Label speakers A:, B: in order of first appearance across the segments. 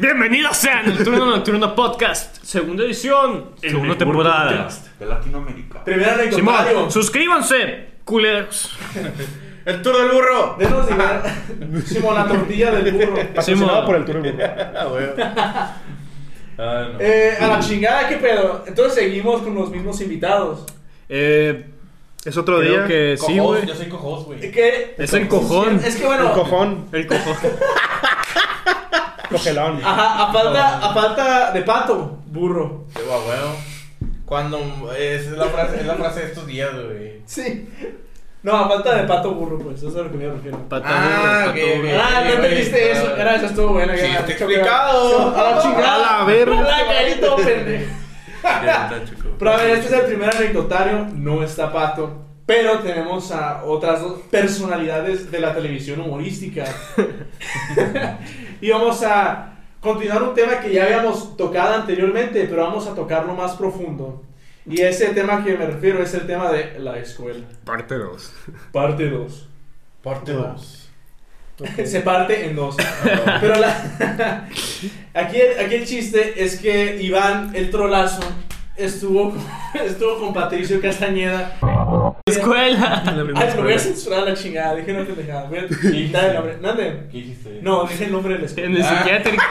A: Bienvenidos sean el Turno Nocturno Podcast, segunda edición,
B: El
A: segunda
B: mejor
A: temporada.
B: podcast
C: de Latinoamérica.
D: Primera de
A: Simón,
D: contrario.
A: suscríbanse, culeros.
C: El tour del burro.
D: Denos y Simón, la tortilla del burro.
A: Simón.
B: Patrocinado por el Tour del Burro.
D: Eh, a la chingada, qué pedo. Entonces seguimos con los mismos invitados.
A: Eh,
B: Es otro
A: creo
B: día.
A: que sí,
E: Cohost,
A: güey.
E: Yo soy cojos, güey.
D: ¿Qué?
A: Es el cojón.
D: Es que bueno,
B: El cojón,
A: El cojón.
B: cogelón.
D: ajá, a falta, a falta de pato, burro.
E: Digo, a huevo. Cuando es la frase, es la frase de estos días, güey.
D: Sí. No, a falta de pato, burro, pues. Eso es a lo que me refiero.
A: Pato
E: Ah,
A: burro, pato
E: ok,
A: burro.
E: ok.
D: Ah, no entendiste
E: güey,
D: eso.
E: no.
D: Era, eso estuvo bueno.
E: Sí,
D: ya.
E: está explicado.
D: A la chingada.
B: A la verga.
D: La carito, pendejo. Pero a ver, este es el primer anecdotario, no está Pato, pero tenemos a otras dos personalidades de la televisión humorística. y vamos a continuar un tema que ya habíamos tocado anteriormente, pero vamos a tocarlo más profundo. Y ese tema que me refiero es el tema de la escuela,
B: Parte 2.
D: parte 2.
E: Parte 2.
D: Se parte en dos. Pero la- aquí, el- aquí el chiste es que Iván, el trolazo, estuvo, estuvo con Patricio Castañeda.
A: Escuela. La primera
D: Ay, pero voy a
A: escuela.
D: censurar a la chingada, dije no pendejada. Voy a quitar el nombre. No, ande.
E: ¿Qué dijiste?
D: No, dije el nombre de la escuela.
A: En el
E: Ah.
A: psiquiátrico.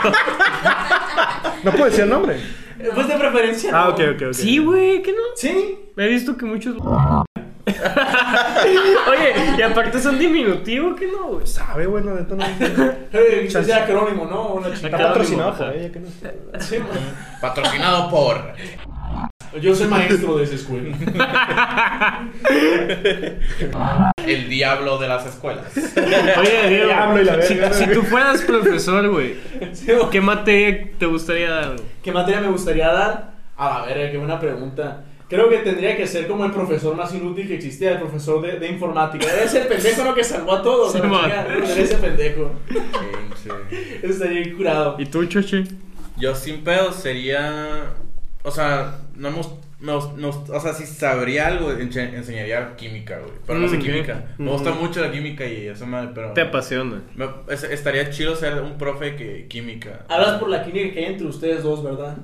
B: No puedo decir el nombre.
D: Eh, Pues de preferencia.
B: Ah,
D: no.
B: ok, ok, ok.
A: Sí, güey, ¿qué no?
D: Sí.
A: He visto que muchos. Oye, y aparte son diminutivo, ¿qué no, güey?
B: Sabe, güey, la neta no.
D: Eh, Es de acrónimo, ¿no? Una chica.
B: Está patrocinado por ella, que no.
D: Sí, bueno.
E: Patrocinado por.
D: Yo soy maestro de esa escuela.
E: El diablo de las escuelas.
A: Oye, Diego,
B: Diablo y la
A: si,
B: verga,
A: si
B: güey.
A: tú fueras profesor, güey,
D: Sí, bueno.
A: ¿qué materia te gustaría dar? güey?
D: ¿Qué materia me gustaría dar? Ah, A la verga, qué buena pregunta. Creo que tendría que ser como el profesor más inútil que existía, el profesor de, de informática. Era ese pendejo ¿no? que salvó a todos.
A: Sí,
D: a la
A: man.
D: chingada. Era ese pendejo.
E: Sí, sí.
D: Eso estaría bien curado.
A: ¿Y tú, Choche?
E: Yo sin pedo sería. O sea, no hemos. me gust- me gust- o sea, si sabría algo, enche- enseñaría química, güey. Pero no sé
A: Mm, ok.
E: química. Me
B: Mm.
E: gusta mucho la química y eso madre, pero.
A: Te apasiona.
E: Me- es- estaría chido ser un profe que química.
D: Hablas por la química que hay entre ustedes dos, ¿verdad?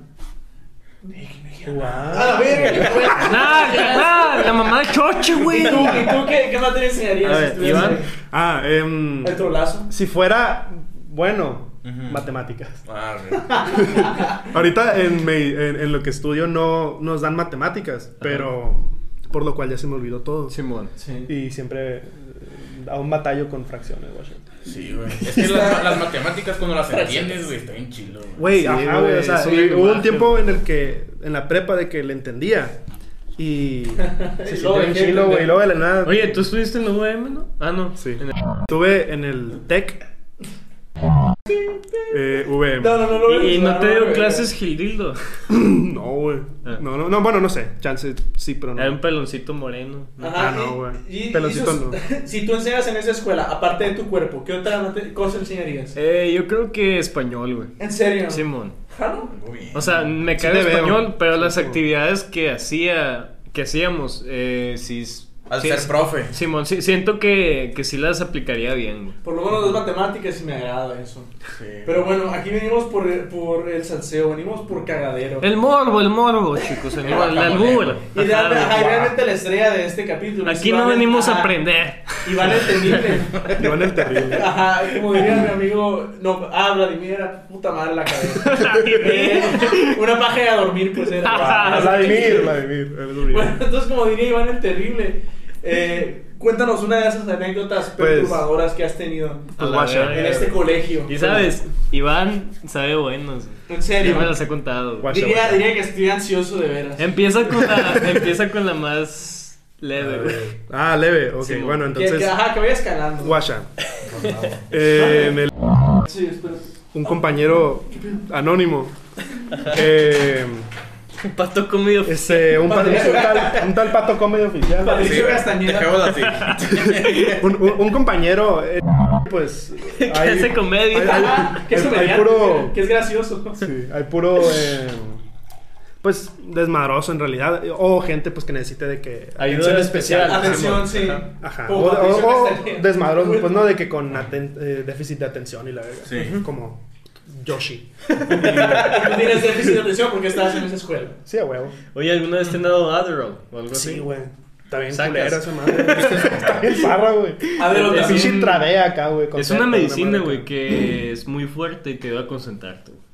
B: Guau.
D: verga!
A: Nah, nah, la mamá de Choche,
D: ¿Y
A: güey.
D: tú, y tú qué, qué materia enseñarías?
A: A
D: si
A: ver,
D: estuvieras
A: Iván.
D: ahí?
B: Ah, em.
D: El trolazo.
B: Si fuera bueno,
E: Ujú.
B: matemáticas.
E: Ah, güey.
B: Ahorita en, me- en- en lo que estudio no nos dan matemáticas, pero por lo cual ya se me olvidó todo.
A: Simón.
D: Sí.
B: Y siempre eh, aún batallo con fracciones, Washington.
E: Sí, güey. Es que las, las matemáticas cuando las entiendes, güey, está bien chido, güey.
B: Güey,
A: Sí,
B: ajá,
A: güey,
B: güey. O sea,
A: es un
B: y hubo
A: lenguaje,
B: un tiempo
A: güey.
B: en el que, en la prepa, de que le entendía. Y se
D: Y
B: sintió
D: luego
B: bien
D: dejé de
B: chilo, güey. Y
D: entender.
B: luego de la nada.
A: Oye, ¿tú estuviste en la UVM, no? Ah, no.
B: Sí.
A: En el-
B: Estuve en el TEC. Eh, VM.
D: No, no, no lo voy a
A: Y, y no
D: censurar,
A: te dio
D: güey.
A: clases Gildildo.
B: No, güey.
A: Ah.
B: No, no, no, bueno, no sé. Chance, sí, pero
A: Era un
B: no.
A: peloncito moreno.
D: Ajá,
B: Ah, no,
D: y-
B: güey.
D: y- y
B: Peloncito
D: sus-
B: no.
D: Si tú enseñas en esa escuela, aparte de tu cuerpo, ¿qué otra mate- cosa enseñarías?
A: Eh, yo creo que español, güey.
D: ¿En serio? Ah,
A: Simón.
D: ¿Jalo?
E: Muy bien.
A: O sea, me
B: Sí
A: cae
B: te
A: el
B: veo.
A: español, pero
B: Sí,
A: las
B: sí.
A: actividades que hacía, que hacíamos, eh, sí. s-
E: Al
A: sí
E: ser
A: es-
E: profe.
A: Simón, sí, siento que, que sí las aplicaría bien, güey.
D: Por lo menos es matemáticas y me agrada eso.
E: Sí.
D: Pero bueno, aquí venimos por, por el salseo, venimos por cagadero.
A: El morbo, el morbo, chicos, el, morbo, el albur.
D: Y real-
A: Ajá,
D: ajá, y
A: güey.
D: realmente la estrella de este capítulo. es
A: Aquí no
D: Iván-
A: venimos a
D: ajá,
A: aprender.
D: Iván Entendible.
B: Iván el terrible.
D: Ajá, como diría mi amigo. No, ah, Vladimir era puta madre la cabeza. Eh, Una paja de a dormir, pues era.
B: Ah, Vladimir, Vladimir. eres un
D: Bueno,
B: bien. Pues
D: entonces, como diría Iván el Terrible, eh, cuéntanos una de esas anécdotas
B: Pues-
D: perturbadoras que has tenido
A: A
B: Pues
A: la
B: guacha.
A: verga. Ah,
D: en este colegio.
A: Y sabes, Iván sabe buenos. güey.
D: En serio.
A: Ya me las he contado. güey.
B: Guacha.
D: Diría, diría que estoy ansioso de veras.
B: Eh,
A: Empieza con la, empieza con la más leve, güey.
B: Ah, leve. Ok,
A: Simón.
B: bueno,
D: Que- que,
B: entonces.
D: ajá, que vayas escalando.
B: Guasha. Eh, me-
D: Sí, espérate.
B: un compañero anónimo. Eh,
A: Pato comido.
B: este, un, pa- un tal, un tal pato comedy oficial.
D: Patricio Castañeda.
E: Dejémoslo así.
B: Un, un- un compañero, eh, pues.
A: Que hace comedia.
B: hay- hay-
D: Que es
B: hay
D: comediante,
B: puro-
D: que es gracioso.
B: Sí, hay puro. eh, pues desmadroso en realidad. O gente pues que necesite de que.
A: Ayuda
B: atención
A: especial.
D: Atención, sí.
B: Ajá. O,
D: Como Patricio
B: o- pues, o
D: Castañeda.
B: desmadroso, pues no de que con aten- eh, déficit de atención y la verga.
E: Sí.
B: Como Yoshi.
D: Porque tienes déficit de atención porque estás en esa escuela.
B: Sí, a huevo.
A: Oye, ¿alguna vez te han dado Adderall o algo así?
B: Pues Sí, güey. Está bien
A: Sacas.
B: culera esa madre. güey. Está bien zarra, güey.
D: A ver, otra.
B: El pinche
A: un-
B: tradea acá, güey.
A: Es
B: concepto,
A: una medicina,
B: madre
A: güey,
B: acá.
A: que es muy fuerte y te va a concentrarte. güey.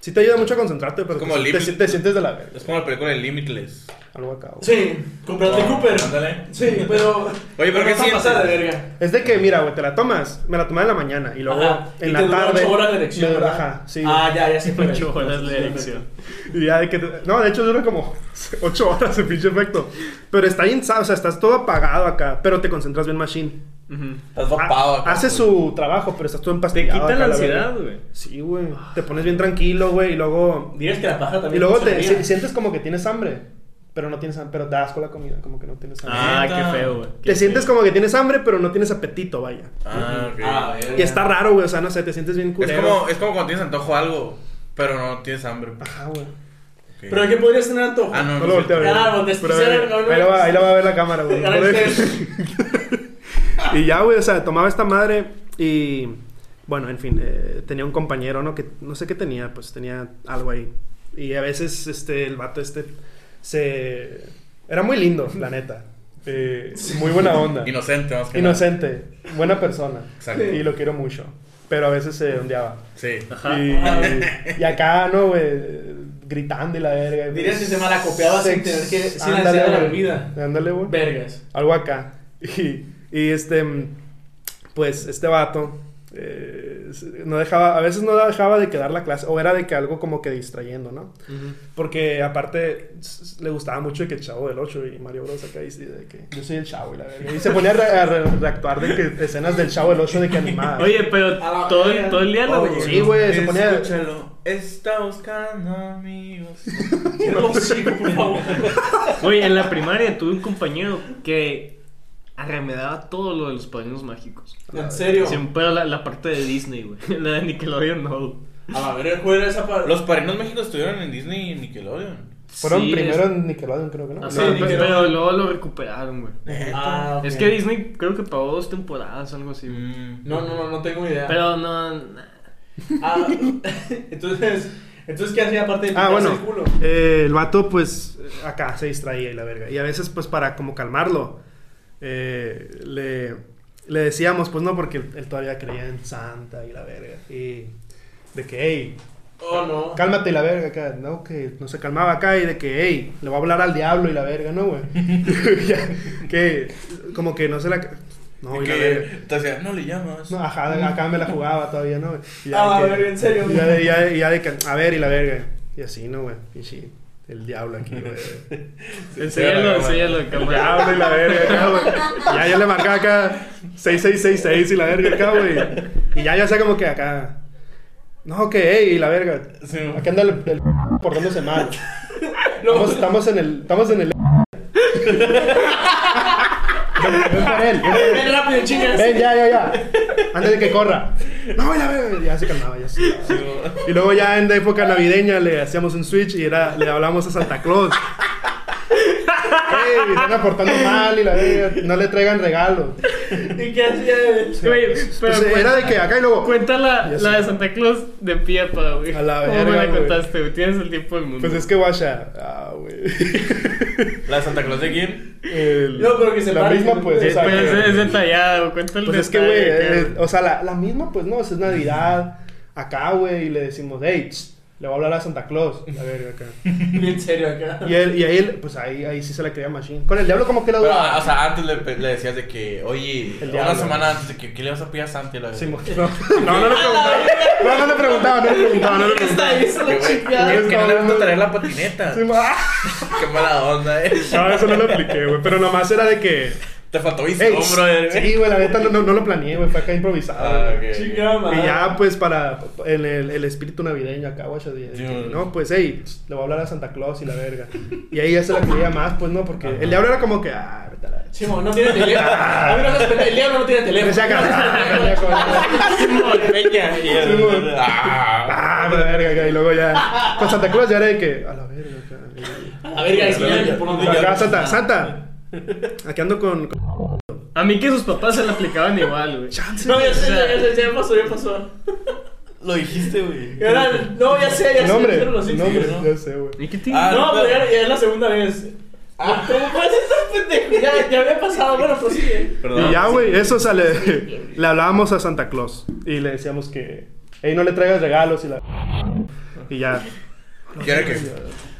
B: Sí te ayuda mucho a concentrarte, pero
E: Es como
B: te,
E: lip-
B: te- te sientes de la verga.
E: Es como la película de Limitless.
B: Algo acá, güey.
D: Sí, con Bradley
E: Oh,
D: Cooper.
E: ándale.
D: Sí, pero.
E: Oye, pero ¿qué
D: está
E: sientes?
D: pasada de verga.
B: Es de que, mira, güey, te la tomas. Me la tomé en la mañana y luego
D: Ajá,
B: en
D: y
B: la
D: te duró
B: tarde.
D: ocho horas de erección,
B: me-
D: ¿verdad?
B: Ajá, sí.
D: Ah, ya, ya se fue.
A: Ocho horas de erección.
B: Y ya de que. te- No, de hecho dura como 8 horas el pinche efecto. Pero está bien, sa- o sea, estás todo apagado acá, pero te concentras bien, Machine.
A: Ujú.
E: Estás dopado
B: Ha-
E: acá,
B: Hace
E: güey.
B: su trabajo, pero estás todo
A: Te
B: empastillado.
A: quita
B: acá,
A: la
B: verga.
A: ansiedad, güey.
B: Sí, güey. Te pones bien tranquilo, güey, y luego.
D: Dirías que la paja
B: Y
D: también.
B: luego
D: funciona
B: te
D: bien.
B: si- sientes como que tienes hambre, pero no tienes hambre, pero te da asco la comida, como que no tienes hambre.
A: Ah,
E: Neta.
A: qué feo, güey.
B: te sientes como que tienes hambre, pero no tienes apetito, vaya.
E: Ah, ok.
D: Ah, verga.
B: Y está raro, güey, o sea, no sé, te sientes bien
E: es,
B: culero.
E: como, es como cuando tienes antojo a algo, pero no tienes hambre.
B: Ajá, güey.
E: Ok.
D: Pero ¿de qué podrías tener antojo?
E: Ah, no,
B: No lo volteo a ver.
D: Ah, pues,
B: Pero a
D: sí,
B: ver,
D: no, no,
B: ahí, lo
D: no.
B: va, ahí lo va a ver la cámara, güey.
D: Ahora
B: Por
D: ustedes.
B: ahí. y ya, güey, o sea, tomaba esta madre y... Bueno, en fin, eh, tenía un compañero, ¿no? Que no sé qué tenía, pues tenía algo ahí. Y a veces, este, el vato este se... Era muy lindo, la neta. Eh, Muy buena onda.
E: Inocente, más que
B: Inocente. Buena persona.
E: Exacto.
B: Y lo quiero mucho. Pero a veces se ondeaba.
E: nada. Sí.
A: Ajá.
B: Y, y acá, ¿no, güey? Gritando y la verga. y
D: Dirías
B: pues,
D: que se malacopeaba sin
B: sex-
D: tener que- sin
B: ándale,
D: ansiedad de la
B: güey.
D: bebida.
B: Ándale, güey.
D: Vergas.
B: Algo acá. Y, y, este, mm, pues este vato eh, se- no dejaba, a veces no dejaba de quedar la clase, o era de que algo como que distrayendo, ¿no? Porque aparte s- s- le gustaba mucho de que el Chavo del 8 y Mario Bros. acá dice de que yo soy el Chavo y la verga. Y se ponía a, re- a re- reactuar de que escenas del Chavo del 8 de que animadas.
A: Oye, pero
D: A la
A: todo,
D: verga.
A: todo el diálogo.
B: Oye, sí, güey, se ponía-
E: Escúchalo, está buscando amigos.
D: Quiero hocico, por favor.
A: Güey, en la primaria tuve un compañero que arremedaba todo lo de los padrinos mágicos.
D: En serio.
A: Siempre la, la parte de Disney, güey. La de Nickelodeon, no.
D: A la verga, ¿cuál era esa parte?
E: Los Parinos México estuvieron en Disney y en Nickelodeon.
B: Fueron
A: Sí,
B: primero
A: es-
B: en Nickelodeon, creo que no.
A: Ajá,
D: Sí,
B: No,
A: pe-
D: Nickelodeon.
A: pero luego lo recuperaron, güey.
D: Ah, ok.
A: Es que Disney creo que pagó dos temporadas, algo así. güey.
E: Mm.
D: No, no, no, no tengo idea.
A: Pero no. na-
D: Ah, entonces, entonces, ¿qué hacía aparte de
B: Ah,
D: picarse
B: bueno.
D: el culo?
B: eh, el vato, pues, eh, acá se distraía y la verga. Y a veces, pues, para como calmarlo, eh, le, le decíamos, pues, no, porque él, él todavía creía en Santa y la verga. Y de que, hey,
D: Oh, no.
B: cálmate y la verga acá. No, que no se calmaba acá y de que, hey, le voy a hablar al diablo y la verga, ¿no, güey? Ya, que, como que no se la... No, y la verga.
E: que te decía, no le llamas.
B: No, ajá, de- acá me la jugaba todavía, ¿no? güey? Y
D: Ah,
B: de
D: a ver, en serio,
B: y Ya
D: güey.
B: de, ya, de- ya de que, a ver, y la verga. Y así, ¿no, güey? Y sí, el diablo aquí, güey.
A: Enséñalo,
E: sí, sí,
A: enséñalo,
B: El
A: camarada.
B: diablo y la verga acá, güey. Y Ya yo le marcaba acá 6666 y la verga acá, güey. Y ya yo sé como que acá. No, que, ey, y la verga.
E: Sí.
B: Aquí anda el, el portándose mal. Estamos, estamos en el. Estamos en el. Ven, ven por él, ven por él.
D: Ven rápido, chingas.
B: Ven, ya, ya, ya. Antes de que corra. No, ya, ya, ya se calmaba, ya se calmaba. Y luego ya en la época navideña le hacíamos un switch y era, le hablamos a Santa Claus. Ey, están aportando mal y la verga, no le traigan regalos.
D: ¿Y qué hacía? güey?
A: Güey, pero.
B: Entonces,
A: cuenta-
B: Pues era de que acá y luego.
A: Cuenta la,
B: Ya
A: la
B: sé.
A: de Santa Claus de Piepa, güey.
B: A la
A: ¿Cómo me
B: verga,
A: la
B: güey.
A: contaste, güey? Tienes el tiempo del mundo.
B: Pues es que guacha. Ah, güey.
E: ¿La de Santa Claus de quién?
B: El-
D: No, pero que se
B: La
D: pare.
B: misma, pues.
A: Sí,
B: o sea,
A: pero
B: que-
A: es, es detallado, güey. cuenta el
B: Pues es que, güey,
A: detalle,
B: eh,
A: güey.
B: o sea, la, la misma, pues no, o sea, es Navidad, acá, güey, y le decimos, hey, tss, le voy a hablar a Santa Claus. A ver, acá.
D: Bien serio acá.
B: Y, él, y ahí, él, pues ahí, ahí sí se la creía Machine. Con el diablo como que la
E: Pero, ah,
B: duda.
E: o sea, antes le, le decías de que, oye,
B: El
E: una
B: diablo.
E: semana antes de que, ¿qué le vas a pedir a Santi? La
B: Sí,
E: verdad?
B: mo- no, no, no le preguntaba. No, no le preguntaba, no le preguntaba, no le preguntaba.
D: Está ahí, se
E: Que,
D: la
E: güey,
D: chingada.
E: que- que no le gusta traer la patineta.
B: Sí, mo- ¡ah!
E: Qué mala onda, eh.
B: No, eso no lo apliqué, güey. Pero nomás era de que.
E: Te faltó
B: "Ey,
E: visón,
B: tss".
E: brother.
B: Sí, güey, la neta no, no, no lo planeé, güey. Fue acá improvisado.
E: Ah,
B: güey.
E: ok.
D: Chingada madre.
B: Y ya, pues, para el, el, el espíritu navideño acá, guacha, de- de que,
E: Sí.
B: no, pues, hey, le voy a hablar a Santa Claus y la verga. Y ahí ya se la creía más, pues, no, porque el diablo era como que, ah, vete a la...
D: Simón, no tiene teléfono. A mí no se pelea, el diablo no tiene teléfono.
B: Empecé a cantar,
E: Peña. Y el-
B: Sí, güey.
E: Ah.
B: ah, la verga, acá, y luego ya, con Santa Claus ya era de que, a la verga, acá.
D: A ver, guys, ya, por
B: Y
D: donde
B: acá,
D: ya.
B: Santa, Santa, aquí ando con... con-
A: A mí que sus papás se la aplicaban igual, güey.
D: No, ya sé, ya sé, ya pasó, ya pasó.
E: Lo dijiste, güey.
D: Era- no, ya sé, ya sé.
B: nombre,
D: dijeron los Six
B: nombre,
D: Figures, ¿no?
B: ya sé, güey.
A: ¿Y qué tiene?
E: Ah,
D: no,
E: no,
D: pero
E: pero-
D: ya, ya es la segunda vez. Ah, ¿Cómo puedes estar pendejo? Ya, ya había pasado, bueno, pues sí.
E: Perdón.
B: y ya, güey, eso, o sea, le, le hablábamos a Santa Claus y le decíamos que, hey, no le traigas regalos y la... Y ya.
E: Quiere que.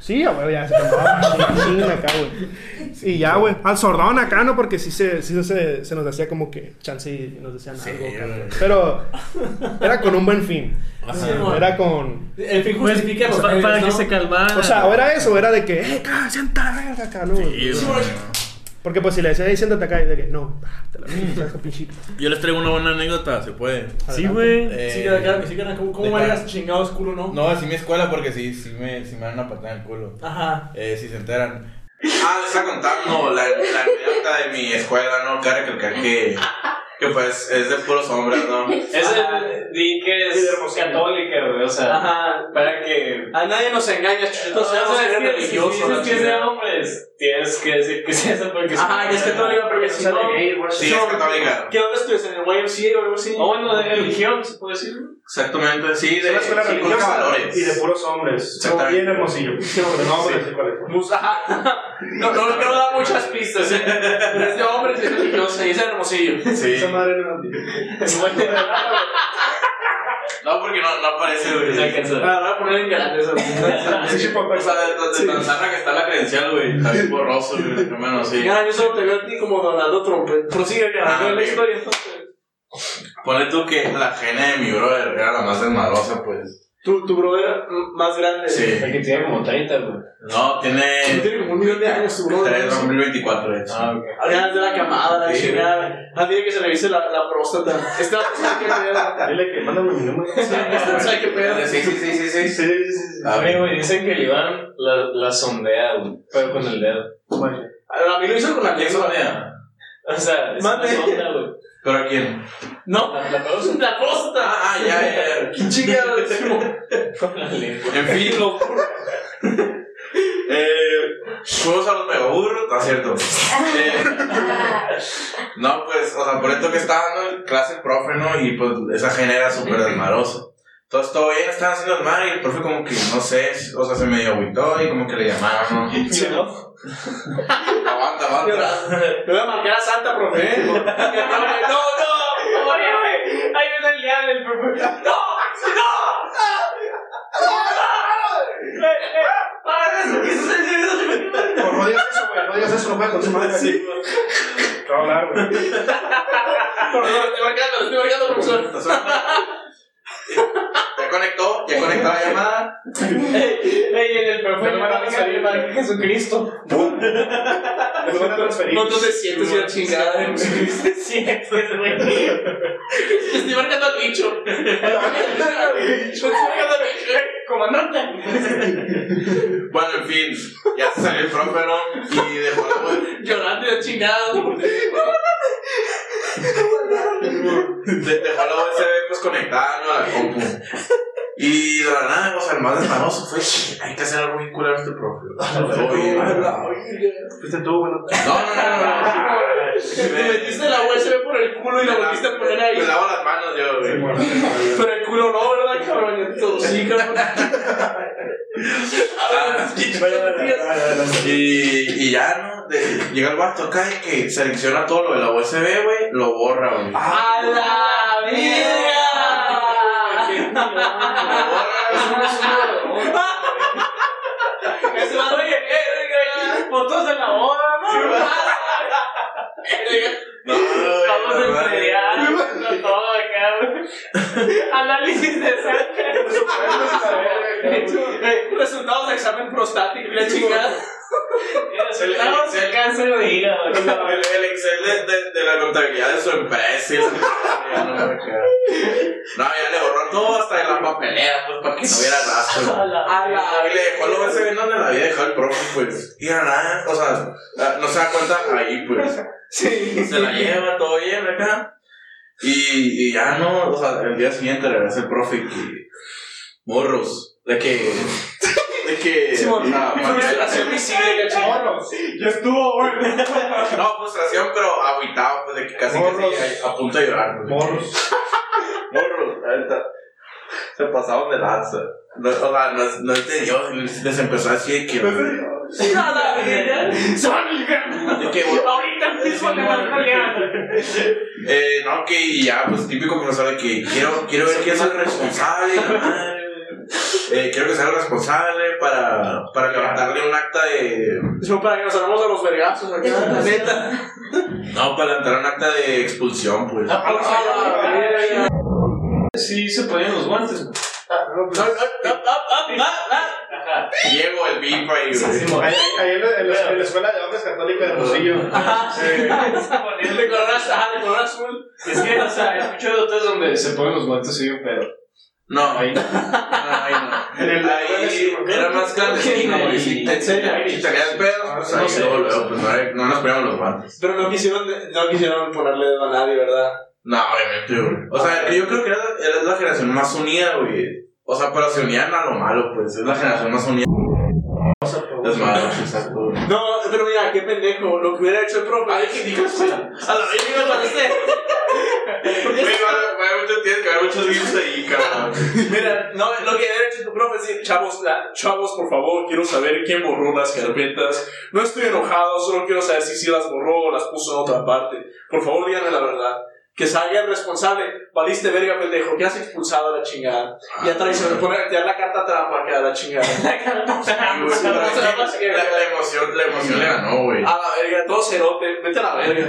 B: Sí, ah, güey, ya se calmaba, sí, acá, güey. Y ya, güey, al sordón acá, ¿no? Porque sí se, sí se, se nos hacía como que chance y nos decían
E: Sí,
B: algo.
E: güey.
B: cabrón. Pero era con un buen fin.
E: Ajá.
D: Sí, amor.
B: Era con...
D: El fin
A: Pues,
D: justifica los
A: pa-
D: medios,
A: para que
D: ¿no?
A: se calmara.
B: O sea, o era eso, o era de que, eh, cabrón, sienta la verga acá, ¿no?
E: Sí, güey.
B: Porque pues si le decía, hey, siéntate acá, y de que, no, ah, te la verga, pinche...
E: Yo les traigo una buena anécdota, se puede.
A: Sí, güey.
E: Eh,
D: Sí, que acá- sí, que acá- ¿cómo-
E: de
D: ¿Cómo varias
E: cara.
D: chingados culo, no?
E: No, así mi escuela porque sí, sí me, sí me dan una patada en el culo.
D: Ajá.
E: Eh, si se enteran. Ah, les estaba contando la, la anécdota de mi escuela, ¿no? Cabe recalcar que, que pues es de puros hombres, ¿no?
F: Es el di que es católica, güey, o sea,
D: Ajá.
F: para que...
D: A nadie nos engañas,
F: O
D: chuchitos.
F: sea,
D: no
F: es
D: seas
F: que si
D: religioso. la
F: dices que es de
D: chingada.
F: hombres, tienes que decir que es eso porque...
D: Ajá, que es católica, porque si no.
E: Sí, es católica.
D: ¿Qué onda estudias en el YMCA o algo así?
F: O bueno, de religión, se puede decir.
E: Exactamente, sí, de sí, inculca valores.
G: y de puros hombres. Como
E: Exactamente.
G: bien hermosillo. Pero no, hombre, sí, ¿cuál es?
D: Mus- pues, Ajá. No, no, no da muchas pistas, ¿eh? Pero es de hombres y es religiosa y es de hermosillo.
E: Sí.
G: Esa madre no la
E: No, porque no, no aparece, güey.
F: Se alcanza.
D: Para no poner en grande
G: Ah, Sí, por
E: O sea, de, de, de tan sana que está la credencial, güey. Está bien borroso, güey. Hermano, sí.
D: Ya, yo solo te veo a ti como Donaldo Trump. ¿eh? Ah, Prosigue grabando la
E: ok.
D: historia.
E: Ponle tú que la gene de mi brother era la más desmadrosa, pues.
D: Tu, tu brother mm, más grande.
E: Sí.
F: Aquí tiene como 30, güey.
E: No, tiene.
D: Tiene como un millón de años, tu brother.
E: Tres, 2024, de hecho.
D: Adrián es de la camada, la
E: Sí.
D: chingada. Ah, tiene que se le viste la, la próstata. Este vato sabe qué pedo.
G: Dile que mándame mi número.
D: Este vato sabe qué pedo.
E: Sí, sí, sí, Ah, sí, sí.
G: Sí, sí, sí.
E: A
F: Oye,
E: ver,
F: güey, dicen que el Iván la, la sondea, güey, pero con el dedo.
D: A mí lo hizo con la
E: ¿quién
D: lengua.
E: sonea?
F: O sea, es una
D: Mande.
F: sonda, güey.
E: ¿Pero a quién?
D: No,
F: La, la cosa
D: la próstata.
E: Ah, ah, ya, ya,
D: Qué chingada decimos.
F: con la lengua.
E: ya. En fin, lo. Eh. Juegos a los megaburros, está cierto. Eh, no, pues, o sea, por esto que estaba dando clase el profe, ¿no? Y pues esa gente era súper desmadrosa. Entonces todo bien, estaban haciendo desmadre y el profe como que, no sé, o sea, se medio agüitó y como que le llamaron, ¿no? Aguanta, aguanta.
D: Le voy a marcar a Santa, profe. No, no, no, no, güey. Ahí viene el diablo, el profe. ¡No! ¡No! ¡No! ¡No! ¡Eh, eh! ¡Para eso! ¿Qué sucedió?
G: No, no digas eso, güey. No digas eso, no puedes con su madre. Te va a hablar, güey.
D: Profesor, estoy marcando, estoy marcando, profesor.
E: Entonces, Ya conectó, ya conectó la llamada.
D: Ey, ey, el profe
G: Pero
D: me va a
G: marca
D: salir para Jesucristo.
G: Te lo van a transferir.
D: No, tú te sientes una chingada. güey.
F: Sí, sí, es, güey.
D: Estoy marcando al bicho. Estoy marcando al bicho. eh. Comandante.
E: Bueno, en fin, ya se salió el profe, ¿no? Y dejó la
D: Llorando de chingado.
E: de, dejó la USB pues conectada ¿no? a la compu. Y de la nada, o sea, el más desmanoso fue, "Shh, hay que hacer algo bien culero a este profe. Oye, no,
G: Fuiste tú, bueno.
E: no, no, no.
D: Te metiste la USB por el culo y la volviste a poner ahí.
E: Me lavo las manos yo, güey.
D: Pero el culo no, ¿verdad, cabrón? Ya te torcí, cabrón. A ver,
E: Y, y ya, ¿no? De- llega el vato acá y que selecciona todo lo de la USB, güey, lo borra, güey.
D: ¡A la vida! Ese vato, oye, eh, oiga, fotos en la boda, ¿no?
E: No, güey,
F: Vamos
E: la
F: a
E: madre.
F: estudiar no todo acá, güey. Análisis de sangre.
A: eh,
D: Resultados de examen prostático, la chingada.
F: Resultados de cáncer de hígado.
E: El, el Excel de, de- de la contabilidad de su empresa. y esa- no, ya le borró todo hasta en la papelera, pues, para que no hubiera rastro.
F: A la-
D: A la
E: Y le dejó lo USB donde la había dejado el profe, pues. Y a nada, o sea, la- no se da cuenta ahí, pues.
D: Sí.
E: Se la lleva todo bien acá. Y, y ya no, o sea, el día siguiente regresa el profe y que. Morros, de que. De que. ah,
D: Simón,
E: la-
D: fue una relación visible, la chingada.
G: Ya estuvo, güey.
E: no, frustración, pero agüitado, pues de que casi
G: Morros.
E: casi a, a punto de llorar. pues, de que-
G: Morros.
E: Morros, la neta. se pasaron de lanza. No, o sea, no, es- no es de Dios, les, les empezó a decir que.
H: ¡A la verga! ¡Sónica!
E: de que, bueno,
H: Ahorita mismo le mando a Leandro.
E: eh, no, que y ya, pues típico profesor de que quiero, quiero ver quién es el responsable. la madre. Eh, quiero que sea el responsable para, para levantarle un acta de.
B: Yo para que nos salgamos a los vergazos aquí. La neta.
E: No, para levantar un acta de expulsión, pues.
B: Ah,
I: Sí, se ponían los guantes.
B: Ah, pues.
I: Ah,
E: Diego, el VIP ahí, güey.
B: Ahí, ahí en, la, en la- en la escuela de hombres católicas de Rosillo.
D: El de color azul, ajá, de color azul.
I: Es que, o sea, escucho de otras donde se ponen los guantes y un pedo.
E: No, ahí no. Ahí no.
B: En el-
E: ahí era más clandestino, güey. Si te si te caías pedos, pues ahí luego, luego, pues no, era- no nos poníamos los guantes.
D: Pero no quisieron, no quisieron ponerle dedo a nadie, ¿verdad? Ah,
E: No, obviamente, güey. O sea, yo creo que era, era la generación más unida, güey. O sea, pero se unían a lo malo, pues. Es la generación más unida. Las malas, exacto, güey.
D: No, pero mira, qué pendejo, lo que hubiera hecho el profe. Ay, que dijo escuela. A la vez me pasaste.
E: Güey, obviamente tienes que haber muchos gifs ahí, cabrón.
D: Mira, no, lo que hubiera hecho tu profe es decir, chavos, la- chavos, por favor, quiero saber quién borró las carpetas. No estoy enojado, solo quiero saber si sí las borró o las puso en otra parte. Por favor, díganme la verdad. Que salga el responsable, valiste verga, pendejo, que has expulsado a la chingada. Y a traicionar, poner, tirar la carta trampa acá a la chingada.
E: Güey, pero es que La la emoción, la emoción le ganó, güey.
D: A la verga, todo cerote, vete a la verga.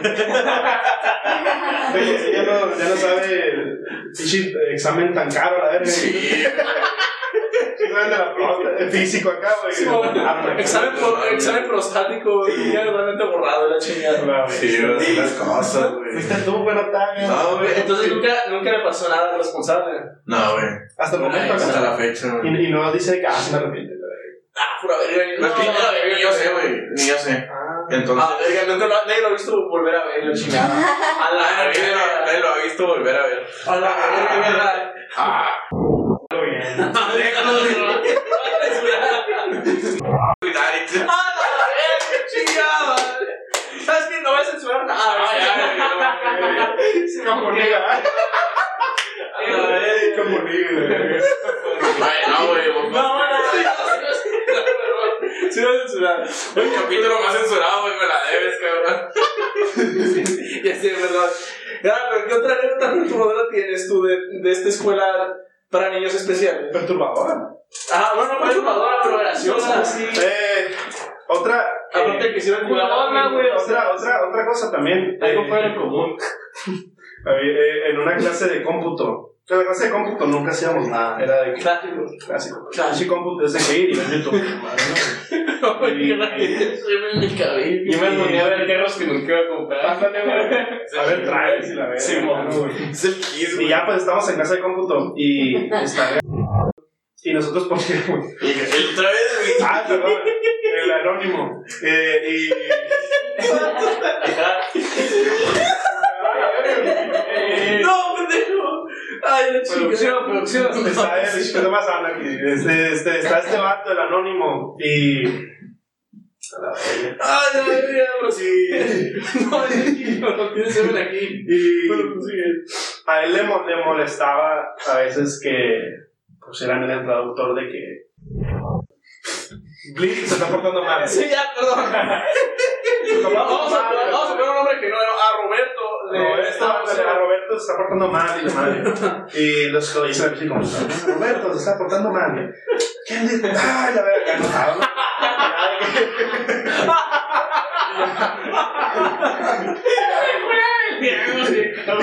B: Oye, ya no, ya no sabe el pinche examen tan caro, la verga. Sí.
E: Sí,
B: saben de la pregunta de físico acá, güey. Ah,
D: Sí, mamá. Ah, examen, pro- examen prostático, ya totalmente borrado, la chingada.
E: sí, güey, son las cosas, güey.
B: Fuiste tú, buena tarde.
E: No, güey.
D: Entonces nunca, nunca le pasó nada al responsable.
E: No, güey.
B: Hasta el momento
E: Hasta
B: acá.
E: la fecha, güey.
B: Y, y no dice que ah, se me arrepiente. la verga.
D: Ah, pura verga.
E: No, es que ni- ni yo sé, güey. Ni yo sé. Entonces.
D: Ah, verga, nunca lo, nadie lo ha visto volver a ver, la chingada. A la
E: Nadie Ah, lo ha-
D: verga.
E: nadie lo ha visto volver a ver. Ah.
D: A la verga, qué verdad.
E: Cuidar y-
D: A la verga, chingada. ¿Sabes qué? No voy a censurar nada.
H: Ay, ay,
B: Se me ponía.
D: A la verga.
B: Como libre.
E: Ay, no, güey. vos-
D: No, no, no, sí, no, sí, no, sí, no, sí, no, sí,
E: El capítulo más censurado, güey. Me la debes, cabrón.
D: no. Ya sé, perdón. Ah, pero ¿qué otra anécdota perturbadora tienes tú de, de esta escuela para niños especiales?
B: Perturbadora.
D: Ah, bueno, perturbadora, pero graciosa, sí.
B: Eh, otra. eh,
D: Aparte que hicieron jugar.
H: Culona, güey.
B: Otra, otra, otra cosa también.
H: Algo
B: eh,
H: fuera de común.
B: A ver, eh, en una clase de cómputo. En la clase de cómputo nunca hacíamos nada. Era de que-
D: Clásico.
B: clásico. Clase cómputo es de que ir y ver YouTube. ¿no?
D: en el cabello.
H: Yo me ponía a ver carros que nunca iba a comprar.
B: Ándale, güey. A ver, traes y la ves.
H: Sí, mo.
E: Es el kiss,
B: Y
E: güey.
B: ya pues estamos en clase de cómputo y está. Y nosotros por qué, güey?
E: El Travis, güey.
B: Ah, perdón. El anónimo. Eh, y.
D: No, pendejo. Ay, la chica.
H: Producción, producción.
B: Está el- ¿qué está pasando aquí? Este, este, está este vato, el anónimo. Y. A la verga.
D: Ay, la verga, bro, sí. No, es aquí, no tienes que ver aquí.
B: Y a él le, mo- le molestaba a veces que pues eran el traductor de que Blink se está portando mal.
D: Sí, ya, perdón.
B: Se está portando
D: Vamos a,
B: mal,
D: vamos a poner un nombre que no era a Roberto. Le,
B: Roberto,
D: estábamos-
B: a Roberto se está portando mal y la madre. Y los que lo dicen así como, Roberto se está portando mal. ¿Quién dice? Ay, la verga, no hablo. Y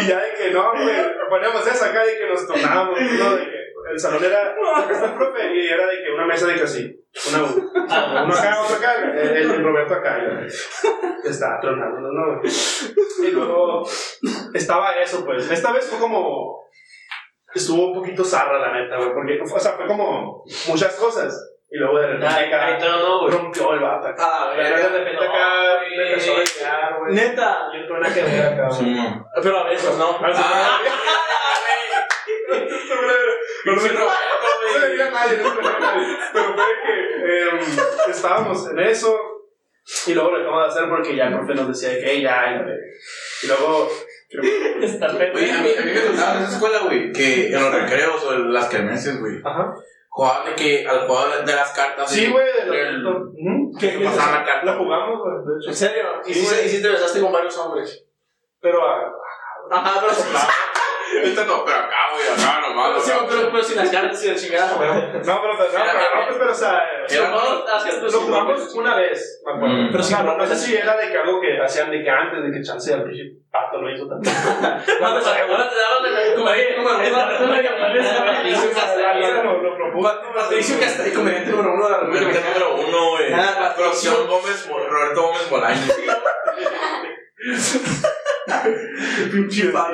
B: ya de que no, güey, ponemos eso acá de que nos tornábamos, ¿no? De que el salón era, acá está el profe, y era de que una mesa de que así, una o sea, uno acá, otro acá, el, el Roberto acá, y- está tronando, no, no. Y luego estaba eso, pues, esta vez fue como, estuvo un poquito zarra, la neta, güey, porque, o sea, fue como muchas cosas, y luego de repente acá rompió el vato acá.
D: A Ah, la
B: De
D: verga.
B: repente acá me empezó a pelear, güey.
D: Neta.
B: Yo tuve una que ver acá, güey.
E: Simón.
D: Pero a veces no.
B: Ah,
E: No se
B: no, no le
E: güey.
B: dije a nadie, no se lo dije a nadie. Pero fue que em, estábamos en eso y luego lo dejamos de hacer porque ya el profe nos decía que "Ey, ya, ya, ya". Y luego
F: Está pendejo.
E: Oye, a mí, a mí me tocaba en esa escuela, güey, que en los recreos o en las kermeses, güey,
B: Ajá.
E: jugaban de que al jugador de las cartas.
G: Sí, güey. de lo-
E: el-
G: lo- ujú,
E: Que pasaban la carta.
G: La jugamos, güey. De hecho.
D: ¿En serio? ¿Y
G: Sí,
D: si,
G: güey.
D: y si te besaste con varios hombres?
G: Pero ah,
D: Ajá, pero,
E: Ahorita Este no, pero acá, güey, acá
D: pero,
E: nomás.
D: Ah, sí,
E: acá.
D: pero, pero sin las cartas y la chingada. güey.
G: No, pero, no, pero, no, pues, pero, o sea, eh,
E: Era-
F: No, las cartas
G: lo
F: sí,
G: jugamos
F: güey.
G: una vez, me acuerdo.
E: Mm.
G: Pero sí,
D: Ajá,
G: no,
D: no
G: no sé
D: sé
G: si era de que algo que hacían de que antes, de que chance al pinche pato lo hizo también.
D: No, pues ahora te daban de la- como ahí, como
F: Es la
D: alguna-
F: persona que me parece
D: Patricio
G: Alguien
D: Castañeda.
G: lo- lo propuso.
D: Patricio Castañeda, comediante número uno de la
E: Comediante
D: República
E: número uno, güey.
D: Ah, la
E: Producción Gómez, Roberto Gómez Bolaños.
D: Mexicana.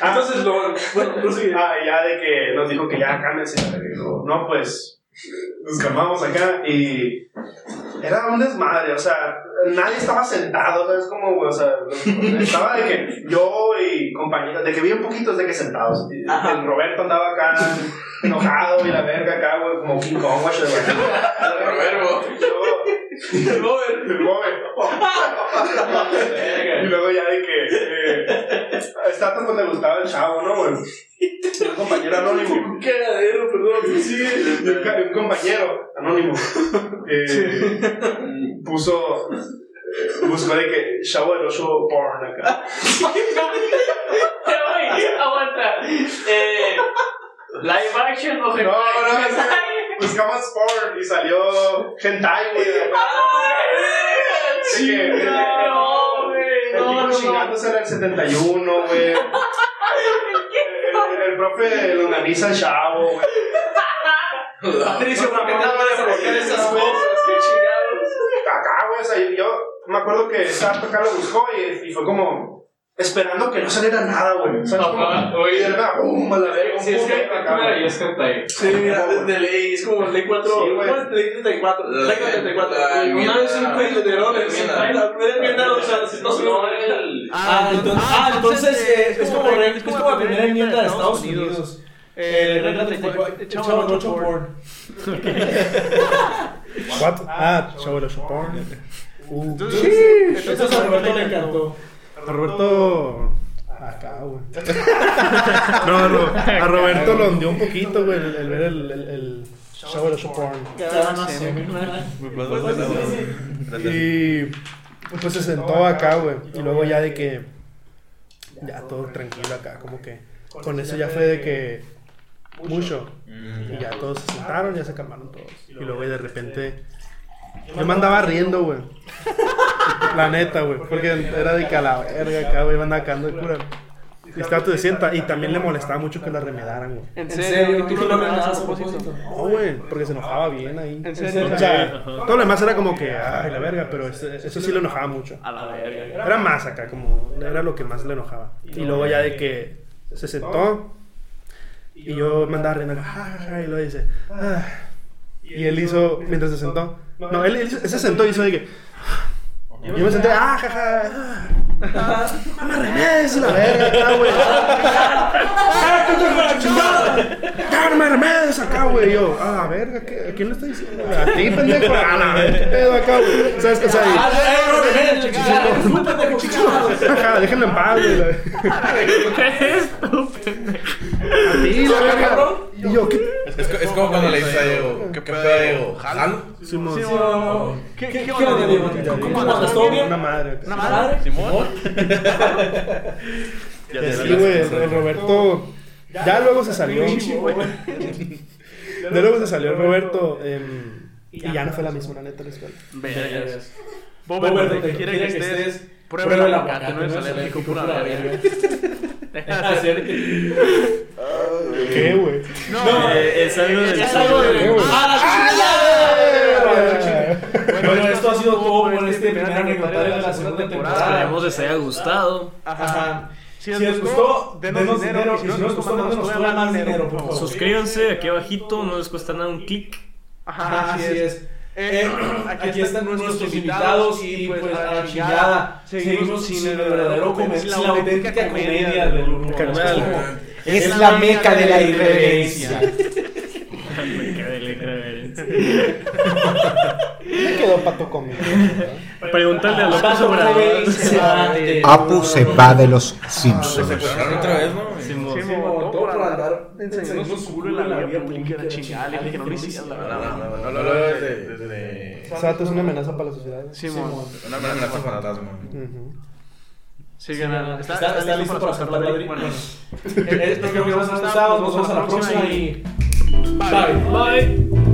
G: Ah.
D: Entonces, lo, bueno, prosigue.
G: Ah, ya de que nos dijo que ya cálmense. la verga. No, no, pues nos calmamos acá y era un desmadre. O sea, nadie estaba sentado. ¿sabes cómo, güey? O sea, estaba de que yo y compañeros, de que bien poquitos de que sentados. Y El Roberto andaba acá enojado y la verga acá, güey, como King Kong, güey.
E: Roberto.
G: Yo-
D: El Robert.
G: el joven. y luego ya de que eh, está como le gustaba el chavo, ¿no? güey? Y Un compañero anónimo.
D: Qué cagadero, perdón. Sí.
G: Y un, ca- un compañero anónimo eh, puso. eh, Buscó de que chavo del oso porn acá.
F: Eh, güey, aguanta. Eh, live action o
G: No, no,
F: hentai?
G: es que buscamos porn y salió hentai, güey.
F: Ay,
G: Sí,
F: no,
G: güey.
F: no, güey,
G: El
F: no,
G: tipo
F: no, no.
G: chingándose era el 71, güey. El, el- el profe lo organiza el chavo, güey.
D: Patricio, ¿por qué te
G: No,
D: aparecen
G: no, no,
D: esas
G: no,
D: cosas? Qué chingados.
G: acá, güey, o sea, yo, yo me acuerdo que estaba acá lo buscó y, y fue como esperando que no saliera nada, güey. O sea,
F: Ajá,
G: como-
F: oye.
G: y de verdad, ¡bum! a la verga,
F: Sí,
G: un
F: es que
G: pum, acá, güey.
F: es hentai.
D: Sí, mira, de, de ley, es como ley 4,
G: Sí,
D: ¿cómo
G: güey.
D: es ley 34?
E: La-
D: Ley 34.
E: la
D: Una
E: enmienda-
D: vez un güey de Nerón, es
E: enmienda.
D: la primera enmienda, o sea, si no se lo-
F: No, el-
A: Ah, entonces, ah, entonces eh, es como re- es como la primera enmienda de Estados Unidos.
J: Eh,
A: regla
J: regla
A: 34,
J: 34.
A: chavo del ocho
J: porn.
B: What? Ah, chavo de porn. Uh,
J: Entonces,
A: Entonces a Roberto le encantó.
B: Roberto. Acá, güey. no, a Ro- a Roberto lo hundió un poquito, güey, el, el ver el, el, el show de porn. Y pues se sentó acá, güey. Y luego ya de que. Ya todo tranquilo acá, como que. Con eso ya fue de que. Mucho. Y ya todos se sentaron, ya se calmaron todos. Y luego de repente. Yo me andaba riendo, güey. La neta, güey. Porque era de calaverga acá, güey. Me andaba cagando de cura. Y estaba todo de sienta. Y también le molestaba mucho que la remedaran, güey.
J: ¿En
A: serio?
J: serio?
A: ¿Y tú
J: ¿Tú
A: lo
J: lo
A: amenazas
J: amenazas
A: a
J: a
A: propósito?
J: propósito?
B: No, güey. Porque se enojaba bien ahí.
J: ¿En serio?
B: O sea, todo lo demás era como que, ay, la verga. Pero eso, eso sí lo enojaba mucho.
J: A la verga.
B: Era más acá, como era lo que más le enojaba. Y luego ya de que se sentó y yo me andaba riendo, ja, ja, ja, y lo dice. "Ah". Y él hizo, mientras se sentó, no, él, él se sentó y hizo de que. "Ah". y Yo me senté, ah, ja, ja, ah, ah, no me remedes, la verga, acá, güey. ¡Ah, tú te la chingada! ¡Ya, no me remedes acá, güey! Y yo, ah, la verga, ¿qué- ¿a quién le está diciendo? A ti, pendejo, a la verga, ¿qué pedo acá, güey? ¿Sabes qué? O sea, y-
A: Ah,
B: Ajá, déjenlo en paz, güey. A ti, la verga. Y yo, ¿qué?
E: Es, co- es como cuando le dices a Diego, ¿qué pedo, Diego? ¿Jalo?
B: Simón.
J: ¿Qué,
A: qué onda, Diego? ¿Cómo andas? ¿Todo bien?
B: Una madre.
J: ¿Una madre? ¿Simón?
B: Y así, güey, el el Roberto. Ya luego se salió. Ya luego se salió el Roberto. em, Y ya no fue la misma, la neta, la escuela.
J: Vergas.
A: Bober,
J: Bober, donde
A: donde
J: quiera
A: quiera
J: que
A: que
J: estés,
A: estés,
J: prueba el aguacate, no es alérgico, pura verga.
A: Ah,
J: Deja de hacer
B: ¿Qué, güey?
J: No,
A: eh, es algo de-
J: Es algo
B: ¿Qué,
J: de.
B: güey?
A: Ah,
J: ¡Ah,
B: Ah,
J: la chingada!
A: Bueno, esto ha sido todo por este primer anecdotario
J: anecdotario
A: de la segunda temporada.
J: Esperemos-
A: Esperemos les haya gustado.
J: Ajá. Si
A: Si les gustó, denos dinero. Y si no les gustó,
J: no
A: denos todavía más dinero, por favor.
J: favor.
A: Suscríbanse aquí abajito, no les cuesta nada un clic.
J: Ajá,
D: Ah,
J: así es. Eh, aquí,
A: Aquí
J: están nuestros invitados y pues a la chingada. Seguimos sin el verdadero comer, sin la auténtica comedia del humor.
A: Carnal.
J: Es la meca de la irreverencia.
A: Qué delicia,
B: Me quedó pato conmigo.
A: Pregúntale a López
D: Pato
A: Obrador.
D: Rey se va de-
K: Apu se va de los Simpsons.
E: secuestraron otra vez, ¿no? Sí,
A: Simón.
D: Sí, me votó por andar enseñando su culo en la vía pública. Chingale, dije, no lo hiciste.
E: no, no, no, no, no, no, desde, desde
B: Sato es una amenaza para la sociedad.
D: Simón.
E: una amenaza fantasma.
B: Ujú.
D: Sí, gana. Está, está, listo para hacer la Madrid. Bueno,
J: Eh,
D: esto creo que nos ha gustado. Nos vemos a la próxima y. Bye. Bye.